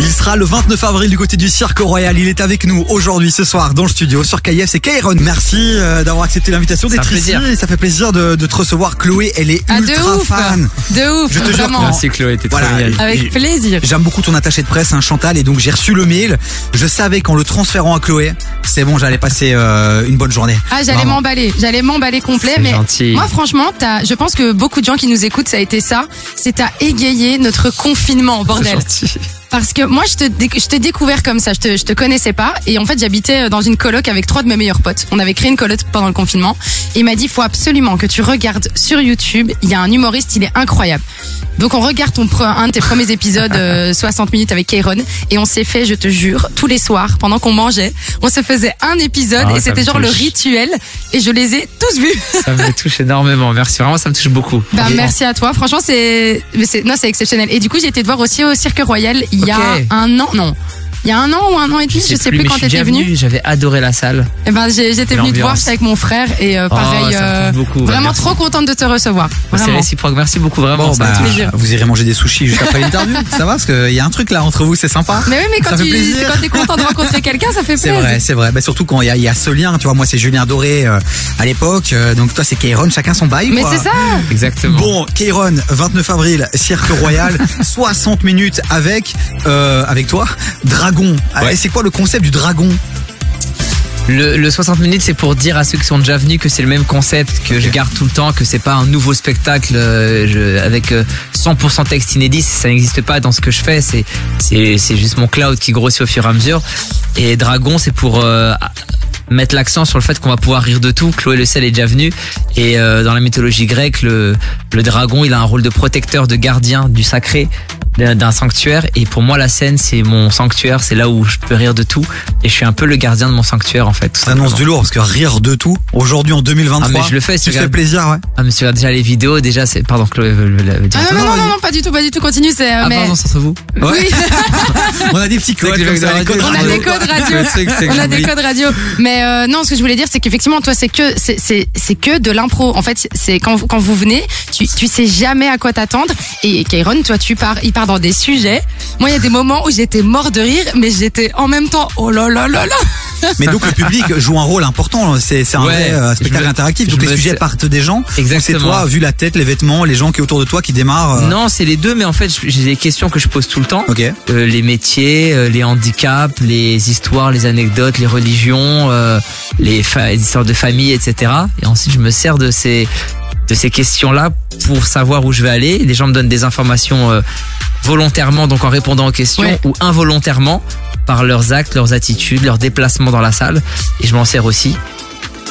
Il sera le 29 avril du côté du Cirque Royal. Il est avec nous aujourd'hui, ce soir, dans le studio, sur KF. C'est Kairon. Merci euh, d'avoir accepté l'invitation C'est un d'être ici. plaisir. Et ça fait plaisir de, de te recevoir. Chloé, elle est Ah, de ultra ouf fan. De ouf, Je te jure vraiment. que- Merci Chloé, t'es Voilà. trop mignonne. Et- Avec plaisir. J'aime beaucoup ton attaché de presse, hein, Chantal, et donc j'ai reçu le mail. Je savais qu'en le transférant à Chloé, c'est bon, j'allais passer euh, une bonne journée. Ah, j'allais Vraiment. m'emballer, j'allais m'emballer complet, C'est Eh, mais gentil. moi franchement, t'as- je pense que beaucoup de gens qui nous écoutent, ça a été ça, c'est à égayer notre confinement, C'est bordel. gentil. Parce que moi, je te, déc- je t'ai découvert comme ça, je te, je te connaissais pas, et en fait, j'habitais euh, dans une coloc avec trois de mes meilleurs potes. On avait créé une coloc pendant le confinement, et il m'a dit, faut absolument que tu regardes sur YouTube, il y a un humoriste, il est incroyable. Donc on regarde ton pre- un de tes premiers épisodes euh, 60 minutes avec Kairon et on s'est fait, je te jure, tous les soirs pendant qu'on mangeait, on se faisait un épisode Ah, et ça c'était me genre le touche. rituel et je les ai tous vus. Ça me touche énormément. Merci, vraiment, ça me touche beaucoup. Bah, Franchement. merci à toi. Franchement, c'est, mais c'est, non, c'est exceptionnel. Et du coup, j'ai été te voir aussi au Cirque Royal il y a Ok. un an, non. Il y a un an ou un an et demi, je sais plus, mais quand je suis t'étais déjà venu. venu, J'avais adoré la salle. Et ben, j'ai- j'étais venue te voir, L'ambiance. j'étais avec mon frère et euh, Oh, pareil, ça me euh, touche beaucoup. Bah, vraiment merci. trop contente de te recevoir. C'est Vraiment. réciproque. Merci beaucoup, vraiment. Bon, ça me bah, touche. plaisir. vous irez manger des sushis juste après l'interview. ça va Parce qu'il y a un truc là entre vous, c'est sympa. Mais oui, mais Ça quand fait tu, plaisir. quand t'es content de rencontrer quelqu'un, ça fait C'est plaisir. vrai, c'est vrai. Bah, surtout quand il y, a- il y a ce lien, tu vois. Moi, c'est Julien Doré euh, à l'époque. euh, donc toi, c'est Kairon, chacun son bail. Mais quoi. c'est ça. Exactement. Bon, Kairon, 29 avril, Cirque Royal, 60 minutes avec euh, avec toi, Dragon. Ah, et C'est quoi le concept du dragon Le, le 60 minutes, c'est pour dire à ceux qui sont déjà venus que c'est le même concept que je garde tout le temps, que c'est pas un nouveau spectacle euh, je- avec euh, 100% texte inédit. Ça n'existe pas dans ce que je fais. C'est c'est c'est juste mon cloud qui grossit au fur et à mesure. Et Dragon, c'est pour euh, mettre l'accent sur le fait qu'on va pouvoir rire de tout. Chloé Le Sel est déjà venue et euh, dans la mythologie grecque, le le dragon, il a un rôle de protecteur, de gardien du sacré d'un d'un sanctuaire et pour moi la scène c'est mon sanctuaire c'est là où je peux rire de tout et je suis un peu le gardien de mon sanctuaire en fait tout Ça annonce simplement. du lourd parce que rire de tout aujourd'hui en 2023. ah mais je le fais si tu tu fais regardes plaisir, ouais. ah mais si tu regardes déjà les vidéos déjà c'est pardon Chloé veut le- le- le dire Ah non, Non, non, non, vas-y. non, non, pas du tout, pas du tout, continue, c'est, euh, ah mais. pardon c'est entre vous Oui, On a des petits C'est codes que je comme vais ça, vous des codes arrêter. on radio. a des codes radio. Ah, On a des codes radio. Mais euh, non, ce que je voulais dire, c'est qu'effectivement, toi, c'est que c'est- c'est c'est que de l'impro. En fait, c'est quand vous- quand vous venez, tu tu sais jamais à quoi t'attendre. Et Kairon, toi, tu pars, il part dans des sujets. Moi, il y a des moments où j'étais mort de rire, mais j'étais en même temps, oh là là là là. Mais donc le public joue un rôle important. C'est c'est un Ouais, vrai euh, je spectacle me- interactif. je Donc les me- sujets partent des gens. Donc, C'est exactement toi, vu la tête, les vêtements, les gens qui autour de toi qui démarrent. euh, non c'est les deux mais en fait j'ai des questions que je pose tout le temps Ok. Euh, les métiers, euh, les handicaps, les histoires, les anecdotes, les religions, euh, les, fa- les histoires de famille, etc. Et ensuite, je me sers de ces de ces questions-là pour savoir où je vais aller. Les gens me donnent des informations euh, volontairement, donc en répondant aux questions, Ouais. ou involontairement par leurs actes, leurs attitudes, leurs déplacements dans la salle. Et je m'en sers aussi.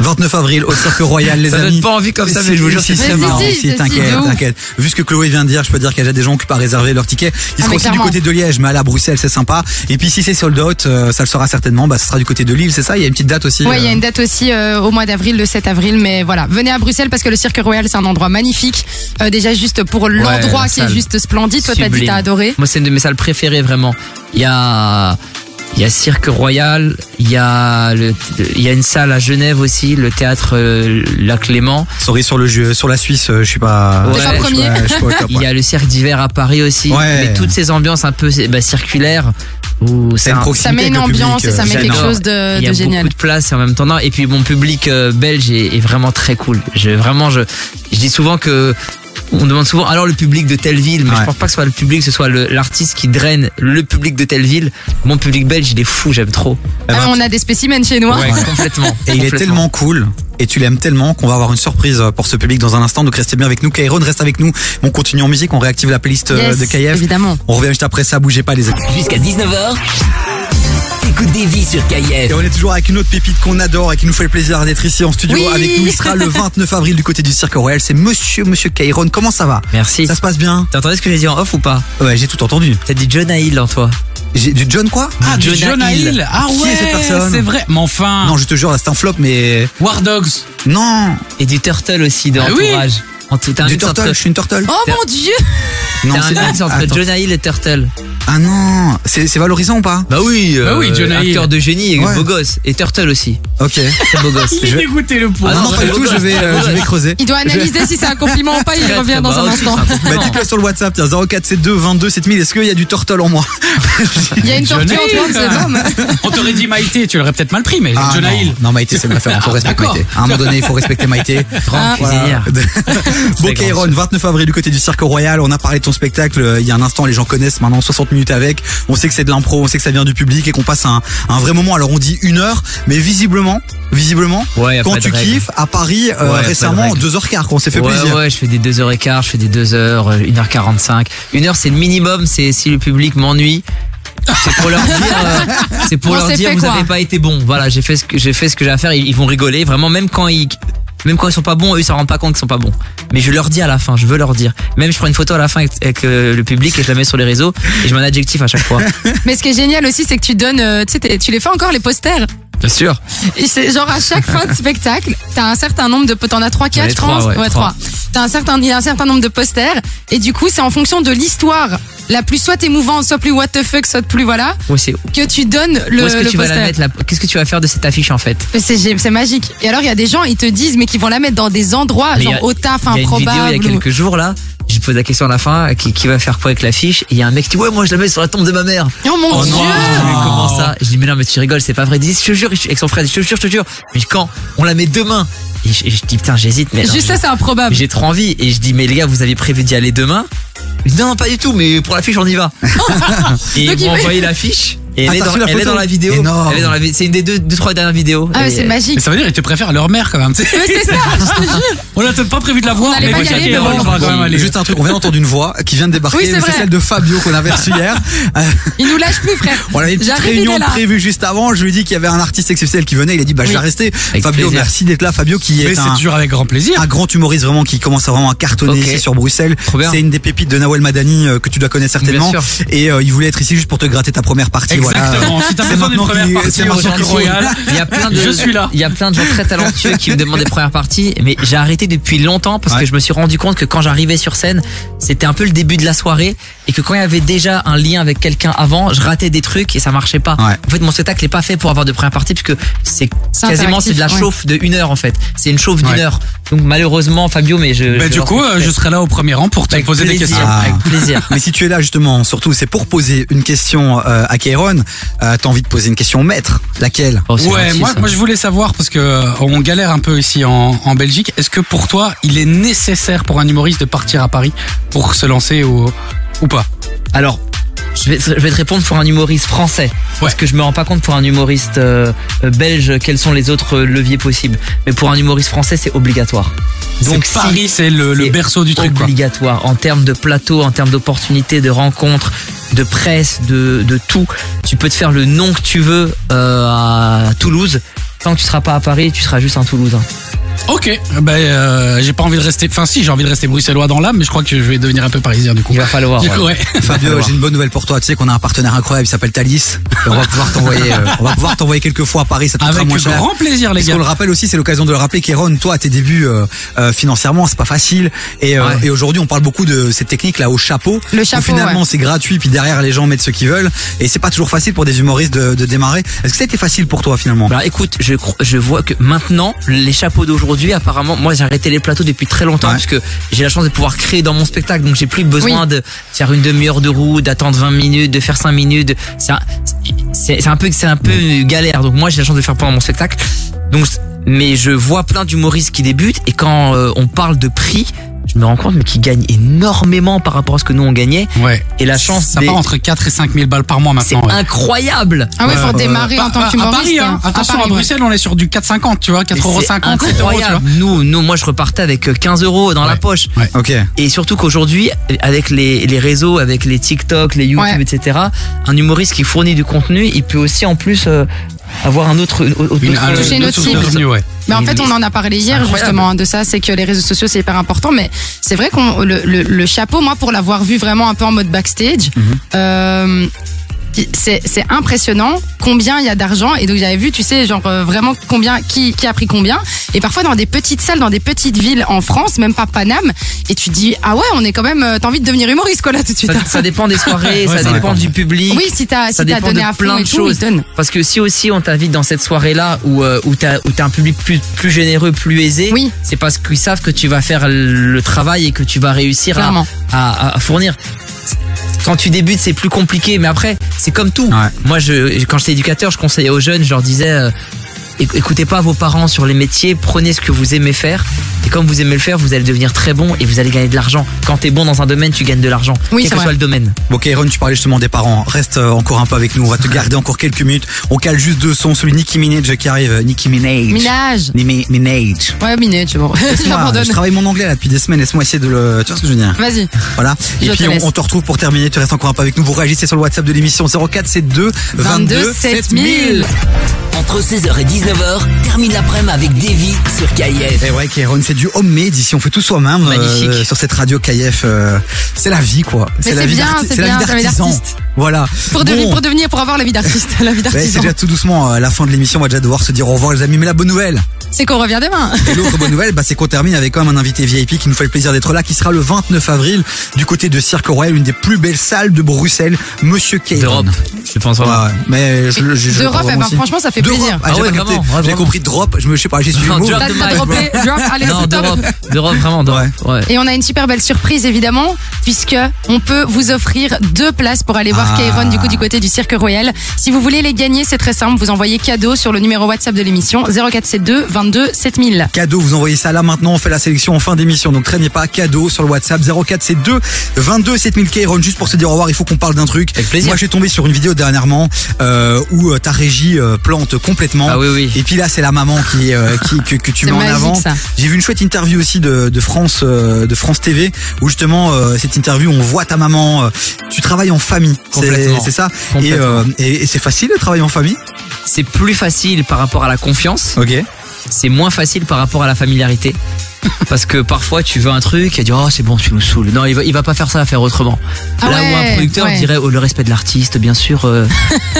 29 avril au Cirque Royal, les ça amis. donne pas envie comme ça, mais je vous jure, si, c'est si, très si, marrant. si, si, si, hein, t'inquiète, de ouf. t'inquiète. Vu ce que Chloé vient de dire, je peux dire qu'il y a déjà des gens qui pas réservé leur ticket. Il Ah, sera mais aussi du clairement. côté de Liège, mais à la Bruxelles, c'est sympa. Et puis si c'est sold out, euh, ça le sera certainement. Bah, ce sera du côté de Lille, c'est ça. Il y a une petite date aussi. Ouais, il y a euh, une date aussi euh, au mois d'avril, le 7 avril, mais voilà. Venez à Bruxelles parce que le Cirque Royal, c'est un endroit magnifique. Euh, déjà, juste pour l'endroit la qui est salle. juste splendide. Toi, t'as dit Sublime. t'as adoré. Moi, c'est une de mes salles préférées, vraiment. Il y a, il y a Cirque Royal, il y a le, il y a une salle à Genève aussi, le théâtre euh, La Clément. Sorry sur le jeu, sur la Suisse, euh, je suis pas. T'es je pas suis premier. je suis pas au top, Il y ouais. a le Cirque d'hiver à Paris aussi. Ouais. Mais toutes ces ambiances un peu bah, circulaires où C'est c'est une un- proximité Ça met une avec le public, ambiance et euh, ça met j'adore. quelque j'adore. chose de, il y a de génial. beaucoup de place et en même temps non. Et puis mon public euh, belge est, est vraiment très cool. Je vraiment je, je dis souvent que on demande souvent alors le public de telle ville, mais Ouais. je pense pas que ce soit le public, que ce soit le- l'artiste qui draine le public de telle ville. Mon public belge il est fou, j'aime trop. Ah, Ah, on a des spécimens chez nous. hein. Ouais, complètement. Et il est Complètement. tellement cool et tu l'aimes tellement qu'on va avoir une surprise euh, pour ce public dans un instant. Donc restez bien avec nous. Kairon, reste avec nous. On continue en musique, on réactive la playlist euh, Yes, de KF. Évidemment. On revient juste après ça, bougez pas les amis. Jusqu'à 19h, t'écoutes des vies sur KIF. Et on est toujours avec une autre pépite qu'on adore et qui nous fait le plaisir d'être ici en studio Oui. avec nous. Il sera le 29 avril du côté du Cirque Royal. C'est monsieur, monsieur Kairon. Comment ça va Merci. Ça se passe bien T'as entendu ce que j'ai dit en off ou pas Ouais, j'ai tout entendu. T'as dit Jonah Hill en toi. J'ai du John quoi Ah, du Jonah Jonah Hill. Hill. Ah Qui est ouais, cette personne c'est vrai. Mais enfin, Non, je te jure, là c'est un flop, mais. War Dogs. Non Et du Turtle aussi dans Ah oui. Entourage. En tout, t'as un Du mix entre- turtle, je suis une turtle. Oh mon dieu non, T'as un mix entre Attends. Jonah Hill et Turtle. Ah non, c'est c'est valorisant ou pas Bah oui, Bah oui, Jonah acteur Hill. de génie et euh, Ouais. beau gosse. Et Turtle aussi. Ok. Bah, C'est beau gosse. Je vais- dégoûté le Ah non, pauvre. non, non, pas c'est du tout, beau je gosse, vais, c'est euh, beau je vais gosse. creuser. Il doit analyser si c'est un compliment ou pas, il Très, revient très dans bas un aussi, c'est instant. Bah, compliment. dites-le sur le WhatsApp, tiens, 0472 22 7000. Est-ce qu'il y a du turtle en moi Il y a une tortue en toi, c'est énorme. Ah, On t'aurait dit Maïté, tu l'aurais peut-être mal pris, mais Ah, Jonah non. Hill. Non, Maïté, c'est ma femme. Faut Ah, respecter d'accord. Maïté. À un moment donné, il faut respecter Maïté. Grande cuisinière. Ah, Bon, Kairon, 29 avril du côté du Cirque Royal. On a parlé de ton spectacle euh, il y a un instant. Les gens connaissent maintenant 60 minutes avec. On sait que c'est de l'impro, on sait que ça vient du public et qu'on passe un, un vrai moment. Alors, on dit une heure, mais visiblement, visiblement, Ouais, y a quand pas de tu règle. kiffes, à Paris, euh, Ouais, y a pas de récemment, règle. deux heures quart, qu'on s'est fait ouais, plaisir. ouais, je fais des 2h15, je fais des euh, 2h, 1h45. 1h c'est le minimum, c'est si le public m'ennuie. C'est pour leur dire, euh, c'est pour On leur s'est dire fait vous quoi n'avez pas été bon. Voilà, j'ai fait ce que j'ai fait ce que j'ai à faire, ils, ils vont rigoler vraiment même quand ils même quand ils sont pas bons, eux ils s'en rendent pas compte qu'ils sont pas bons. Mais je leur dis à la fin, je veux leur dire. Même je prends une photo à la fin avec, avec, euh, le public et je la mets sur les réseaux et je mets un adjectif à chaque fois. Mais ce qui est génial aussi, c'est que tu donnes, euh, tu sais, t'es- tu les fais encore les posters. Bien sûr. Et c'est genre à chaque fin de spectacle, t'as un certain nombre de, t'en as trois, ai quatre, je trois, pense. ouais, trois. trois. T'as un certain, il y a un certain nombre de posters. Et du coup, c'est en fonction de l'histoire, la plus soit émouvante, soit plus what the fuck, soit plus voilà, Où est-ce que tu donnes où le, est-ce que le tu vas la poster. mettre la- Qu'est-ce que tu vas faire de cette affiche en fait Mais C'est gé- c'est magique. Et alors, il y a des gens, ils te disent, mais qui vont la mettre dans des endroits, Mais il y genre a- au taf, Il y a une vidéo il y improbable. a ou- quelques jours là. Je pose la question à la fin, qui, qui va faire quoi avec l'affiche Et il y a un mec qui dit ouais moi je la mets sur la tombe de ma mère. Oh mon Je dieu! lui dis, comment ça Je dis mais non mais tu rigoles c'est pas vrai. Il dit je te jure je- avec son frère il dit, je te jure je te jure. Mais quand on la met demain et je, et je dis putain j'hésite mais non, Juste ça, j'ai- c'est improbable. j'ai trop envie et je dis mais les gars vous avez prévu d'y aller demain Il dit, Non pas du tout mais pour l'affiche on y va. et Donc, ils il m'ont fait- envoyé l'affiche. Et elle, Ah, est t'as dans, reçu la elle est photo dans la vidéo. Énorme. Elle est dans la vi- C'est une des deux, deux trois dernières vidéos. Ah, mais Et- c'est Mais magique. ça veut dire, ils te préfèrent leur mère quand même, tu sais. Mais c'est ça, je te jure. On n'a peut-être pas prévu de la voir, allait mais pas y vous aller, mais inquiétez pas, bon. on va quand même aller. Juste un truc, on vient d'entendre une voix qui vient de débarquer. Oui, c'est vrai. c'est celle de Fabio qu'on avait reçue hier. Euh, Il nous lâche plus, frère. On avait une petite J'arrive, il réunion est là. prévue juste avant. Je lui ai dit qu'il y avait un artiste exceptionnel qui venait. Il a dit bah je vais rester. Fabio, plaisir. merci d'être là. Fabio qui Mais est c'est un, toujours avec grand plaisir. un grand humoriste vraiment qui commence à vraiment à cartonner Ok. ici sur Bruxelles. Trop bien. C'est une des pépites de Nawel Madani euh, que tu dois connaître certainement. Bien Et euh, il voulait être ici juste pour te gratter ta première partie. Exactement. Voilà. Si t'as C'est besoin d'une maintenant première qu'il- partie c'est au maintenant Cirque qu'il- Royal, Il y a plein de, Je suis là. Il y a plein de gens très talentueux qui me demandent des premières parties, mais j'ai arrêté depuis longtemps parce Ouais. que je me suis rendu compte que quand j'arrivais sur scène, c'était un peu le début de la soirée et que quand il y avait déjà un lien avec quelqu'un avant, je ratais des trucs et ça marchait pas. Ouais. En fait, mon spectacle n'est pas fait pour avoir de première partie puisque c'est C'est quasiment interactif, c'est de la ouais. chauffe de une heure en fait. C'est une chauffe d'une Ouais. heure. Donc malheureusement, Fabio, mais je. Bah, je du leur- coup, euh, je serai là au premier rang pour te Avec poser des plaisir, questions. Ah. Avec plaisir. Mais si tu es là justement, surtout, c'est pour poser une question euh, à Kairon. Euh, T'as envie de poser une question au maître Laquelle Oh, c'est Ouais, gentil, moi, ça. moi je voulais savoir parce que euh, on galère un peu ici en, en Belgique. Est-ce que pour toi, il est nécessaire pour un humoriste de partir à Paris pour se lancer ou ou pas Alors, je vais, je vais te répondre pour un humoriste français. Parce Ouais. que je me rends pas compte pour un humoriste euh, euh, belge quels sont les autres euh, leviers possibles. Mais pour un humoriste français, c'est obligatoire. Donc si- Paris, c'est le, le c'est berceau du truc. Quoi. obligatoire en termes de plateau, en termes d'opportunités, de rencontres, de presse, de, de tout. Tu peux te faire le nom que tu veux euh, à Toulouse. Tant que tu seras pas à hein. Paris, tu seras juste un Toulousain. Ok. Ben, euh, j'ai pas envie de rester. Enfin, si, j'ai envie de rester bruxellois dans l'âme, mais je crois que je vais devenir un peu parisien du coup. Il va falloir. Du ouais. coup, ouais. Fabio, j'ai une bonne nouvelle pour toi. Tu sais qu'on a un partenaire incroyable, il s'appelle Thalys. On va pouvoir t'envoyer, euh, on va pouvoir t'envoyer quelques fois à Paris. Ça te coûtera Avec moins cher. grand plaisir, les Parce gars. qu'on le rappelle aussi, c'est l'occasion de le rappeler, Kéron, toi, à tes débuts euh, euh, financièrement, c'est pas facile. Et, euh, Ouais. et aujourd'hui, on parle beaucoup de cette technique là au chapeau. Le où chapeau, finalement, ouais. c'est gratuit, puis derrière, les gens mettent ce qu'ils veulent. Et c'est pas toujours facile pour des humoristes de, de démarrer. Est-ce que ça a été facile pour toi finalement Alors Bah, écoute, je, cro- je vois que maintenant, les chapeaux d'aujourd'hui, apparemment, moi j'ai arrêté les plateaux depuis très longtemps Ouais. parce que j'ai la chance de pouvoir créer dans mon spectacle, donc j'ai plus besoin de faire une demi-heure de roue, d'attendre 20 minutes, de faire 5 minutes. de- C'est un, c'est c'est un peu, c'est un peu galère. Donc moi j'ai la chance de le faire pendant mon spectacle. Donc, mais je vois plein d'humoristes qui débutent et quand euh, on parle de prix, je me rends compte mais qui gagnent énormément par rapport à ce que nous on gagnait Ouais. et la chance Ça des- part entre 4 et 5 000 balles par mois c'est maintenant. ouais. incroyable. Ah ouais, Ouais, pour ouais. démarrer en Pas- tant pas- à qu'humoriste. Paris, hein. à Attention, à, Paris, oui. Bruxelles, on est sur du 4,50, tu vois, 4,50 C'est euros, 7 euros, tu vois. incroyable. Nous, nous, moi, je repartais avec euh, 15 euros dans la Ouais. poche. Ouais. Ok. Et surtout qu'aujourd'hui, avec les, les réseaux, avec les TikTok, les YouTube, Ouais. etc., un humoriste qui fournit du contenu, il peut aussi en plus euh, avoir un autre. une- autre- euh, Une, autre- un- Toucher une notre source de cible. revenus, ouais. Mais en Il- fait, on en a parlé hier incroyable. justement hein, de ça, c'est que les réseaux sociaux c'est hyper important. Mais c'est vrai Mhm. qu'on le, le- le chapeau, moi, pour l'avoir vu vraiment un peu en mode backstage, euh, qui- c'est c'est impressionnant combien il y a d'argent. Et donc j'avais vu, tu sais, genre euh, vraiment combien, qui, qui a pris combien. Et parfois dans des petites salles, dans des petites villes en France, même pas Paname, et tu dis, ah ouais, on est quand même, euh, t'as envie de devenir humoriste quoi là tout de suite. Ça, ça dépend des soirées, Ouais, ça, ça dépend. dépend du public. oui, si t'as ça si t'as dépend donné de à fond plein et de tout, choses. il donne. Parce que si aussi on t'invite dans cette soirée-là où, euh, où t'as où t'as un public plus, plus généreux, plus aisé, Oui. c'est parce qu'ils savent que tu vas faire le travail et que tu vas réussir à, Clairement. à- à fournir. Quand tu débutes, c'est plus compliqué, mais après, c'est comme tout. Ouais. Moi, je, quand j'étais éducateur, je conseillais aux jeunes, je leur disais, euh, éc- écoutez pas vos parents sur les métiers, prenez ce que vous aimez faire. Et comme vous aimez le faire, vous allez devenir très bon et vous allez gagner de l'argent. Quand t'es bon dans un domaine, tu gagnes de l'argent. Oui, quel c'est que vrai. soit le domaine. Bon, Kairon, tu parlais justement des parents. Reste euh, encore un peu avec nous. On va te garder encore quelques minutes. On cale juste deux sons. Celui de Nicki Minaj qui arrive. Euh, Nicki Minaj. Minage. Nimi- Minaj. Ouais, minage, c'est bon. Laisse-moi, Je J'abandonne. travaille mon anglais là depuis des semaines. Laisse-moi essayer de le. Tu vois ce que je veux dire Vas-y. Voilà. Et Je puis te laisse. on, on te retrouve pour terminer. Tu restes encore un peu avec nous. Vous réagissez sur le WhatsApp de l'émission 0472 22 7000. Entre 16h et 19h, termine l'après-midi avec Davy sur KIF. Et ouais, Kéron, c'est du homemade ici. On fait tout soi-même. euh, Magnifique. sur cette radio KF. euh, c'est la vie, quoi. Mais la c'est vie bien, d'arti- c'est c'est la bien, vie ça va être d'artisan. artiste. Voilà. Pour, Bon. devenir, pour devenir, pour avoir la vie d'artiste, la vie Ouais, c'est d'artisan. déjà tout doucement euh, la fin de l'émission. On va déjà devoir se dire au revoir, les amis. Mais la bonne nouvelle, C'est qu'on revient demain. Et l'autre bonne nouvelle, bah, c'est qu'on termine avec quand même un invité VIP qui nous fait le plaisir d'être là, qui sera le 29 avril du côté de Cirque Royal, une des plus belles salles de Bruxelles, Monsieur Kay. D'Europe, je pense Ouais, vraiment. ouais. mais je, je, je, je le D'Europe, crois eh vraiment ben, aussi. franchement, ça fait D'Europe. plaisir. Ah, j'ai Ah ouais, pas vraiment, capté. ouais, J'ai vraiment. compris drop, je me je sais pas, j'ai suivi le Non, mot. drop. T'as t'as Dommage. droppé, drop, allez, Non, c'est top. d'Europe, d'Europe vraiment, d'Europe. Ouais. Et on a une super belle surprise évidemment, puisque on peut vous offrir deux places pour aller voir Ah. Kairon du coup du côté du Cirque Royal. Si vous voulez les gagner, c'est très simple, vous envoyez cadeau sur le numéro WhatsApp de l'émission 0472 22 7000. Cadeau, vous envoyez ça là maintenant, on fait la sélection en fin d'émission. Donc traînez pas, cadeau sur le WhatsApp 0472 22 7000 Kairon. Juste pour se dire au revoir, il faut qu'on parle d'un truc. Avec plaisir. Moi, je suis tombé sur une vidéo dernièrement euh, où euh, ta régie euh, plante complètement. Ah oui, oui. Et puis là, c'est la maman qui, euh, qui que, que tu C'est mets magique, en avant. ça. J'ai vu une chouette interview aussi de, de France euh, de France TV où justement euh, cette interview, on voit ta maman. euh, tu travailles en famille, c'est Complètement. c'est ça. Et, Complètement. euh, et, et c'est facile de travailler en famille. C'est plus facile par rapport à la confiance, Ok. c'est moins facile par rapport à la familiarité. Parce que parfois tu veux un truc et dire oh c'est bon tu nous saoules non il va il va pas faire ça à faire autrement Ah là où ouais, un producteur ouais. dirait oh le respect de l'artiste bien sûr euh,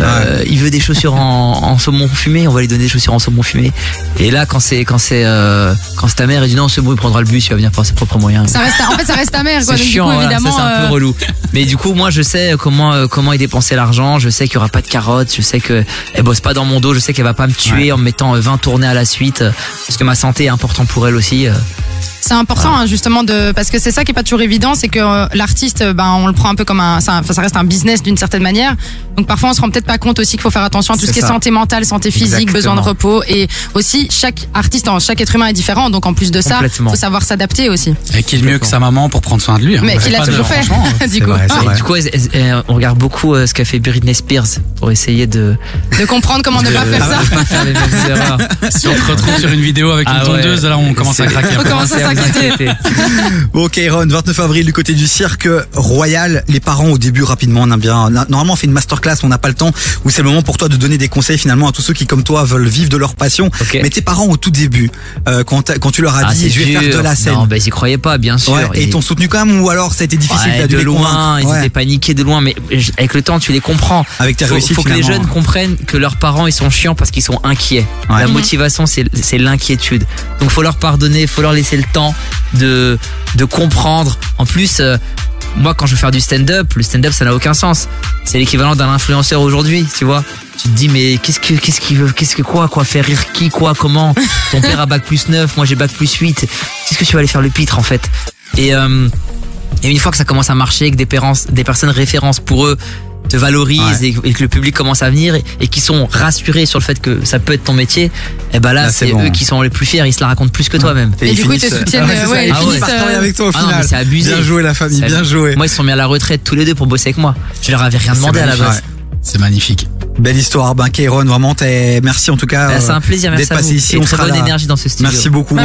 euh, il veut des chaussures en, en saumon fumé on va lui donner des chaussures en saumon fumé et là quand c'est quand c'est euh, quand c'est ta mère elle dit non c'est bon il prendra le bus il va venir par ses propres moyens Ça reste en fait ça reste amer C'est quoi. Donc, du chiant, coup, voilà, ça, évidemment c'est un euh, peu relou. Mais du coup, moi, je sais comment euh, comment est dépensé l'argent. Je sais qu'il y aura pas de carottes. Je sais que euh, elle bosse pas dans mon dos. Je sais qu'elle va pas me tuer en me mettant euh, 20 tournées à la suite. euh, Parce que ma santé est importante pour elle aussi. euh. C'est important hein, justement de parce que c'est ça qui est pas toujours évident, c'est que euh, l'artiste, euh, ben on le prend un peu comme un, ça, enfin, ça reste un business d'une certaine manière. Donc parfois on se rend peut-être pas compte aussi qu'il faut faire attention à tout C'est ce qui ça. est santé mentale, santé physique, Exactement. besoin de repos et aussi chaque artiste, en chaque être humain est différent. Donc en plus de ça, Complètement. faut savoir s'adapter aussi. Et qui est mieux que sa maman pour prendre soin de lui. hein. Mais Ouais, qu'il a pas de- toujours fait franchement, du c'est coup vrai, c'est Et Ouais. Ah, du coup, elle- elle- elle- on regarde beaucoup euh, ce qu'a fait Britney Spears pour essayer de. de comprendre comment ne de- pas faire ça. de pas faire les mêmes erreurs. Si on te retrouve sur une vidéo avec une Ah ouais. tondeuse, là on commence à C'est- craquer. On commence à Commencez vous s'inquiéter. inquiéter. Bon, Kairon, 29 avril du côté du cirque royal. Les parents au début rapidement, on a bien. Normalement, on fait une masterclass, on n'a pas le temps. Où c'est le moment pour toi de donner des conseils finalement à tous ceux qui, comme toi, veulent vivre de leur passion. Ok. Mais tes parents au tout début, euh, quand, t'as- quand tu leur as Ah, dit, c'est je vais dur. faire de la scène. Non, ben, ils y croyaient pas, bien sûr. Ouais, et Ils- ils t'ont soutenu quand même ou alors ça a été difficile Ouais, t'as dû de les loin, convaincre ils hein Ouais. étaient paniqués de loin, mais je- avec le temps, tu les comprends. Avec ta faut, réussite, faut que les finalement. jeunes comprennent que leurs parents ils sont chiants parce qu'ils sont inquiets. Ouais. La Mhm. motivation c'est c'est l'inquiétude. Donc faut leur pardonner, faut leur laisser le temps de de comprendre. En plus euh, moi quand je veux faire du stand-up, le stand-up ça n'a aucun sens. C'est l'équivalent d'un influenceur aujourd'hui, tu vois. Tu te dis mais qu'est-ce que qu'est-ce qu'il veut qu'est-ce que quoi quoi faire rire qui quoi comment ton père a bac plus 9, moi j'ai bac plus 8. Qu'est-ce que tu vas aller faire le pitre en fait Et euh, et une fois que ça commence à marcher, que des, parents, des personnes références pour eux te valorisent et, et que le public commence à venir et, et qui sont rassurés sur le fait que ça peut être ton métier, et ben là, Là, c'est c'est bon. eux qui sont les plus fiers, ils se la racontent plus que toi-même. Et du coup, ils te soutiennent, c'est euh, ça, ouais, ils ils finissent finissent, par euh, travailler avec toi au Ah non, final. mais c'est abusé. Bien joué la famille, C'est bien abusé. joué. Moi, ils se sont mis à la retraite tous les deux pour bosser avec moi. Je leur avais rien demandé à la magnifique. base. C'est magnifique. Belle histoire, ben Kairon, vraiment, t'es- merci en tout cas. Bah, euh, c'est un plaisir, merci d'être à passé vous. ici, et on très sera bonne là. énergie dans ce studio. Merci beaucoup.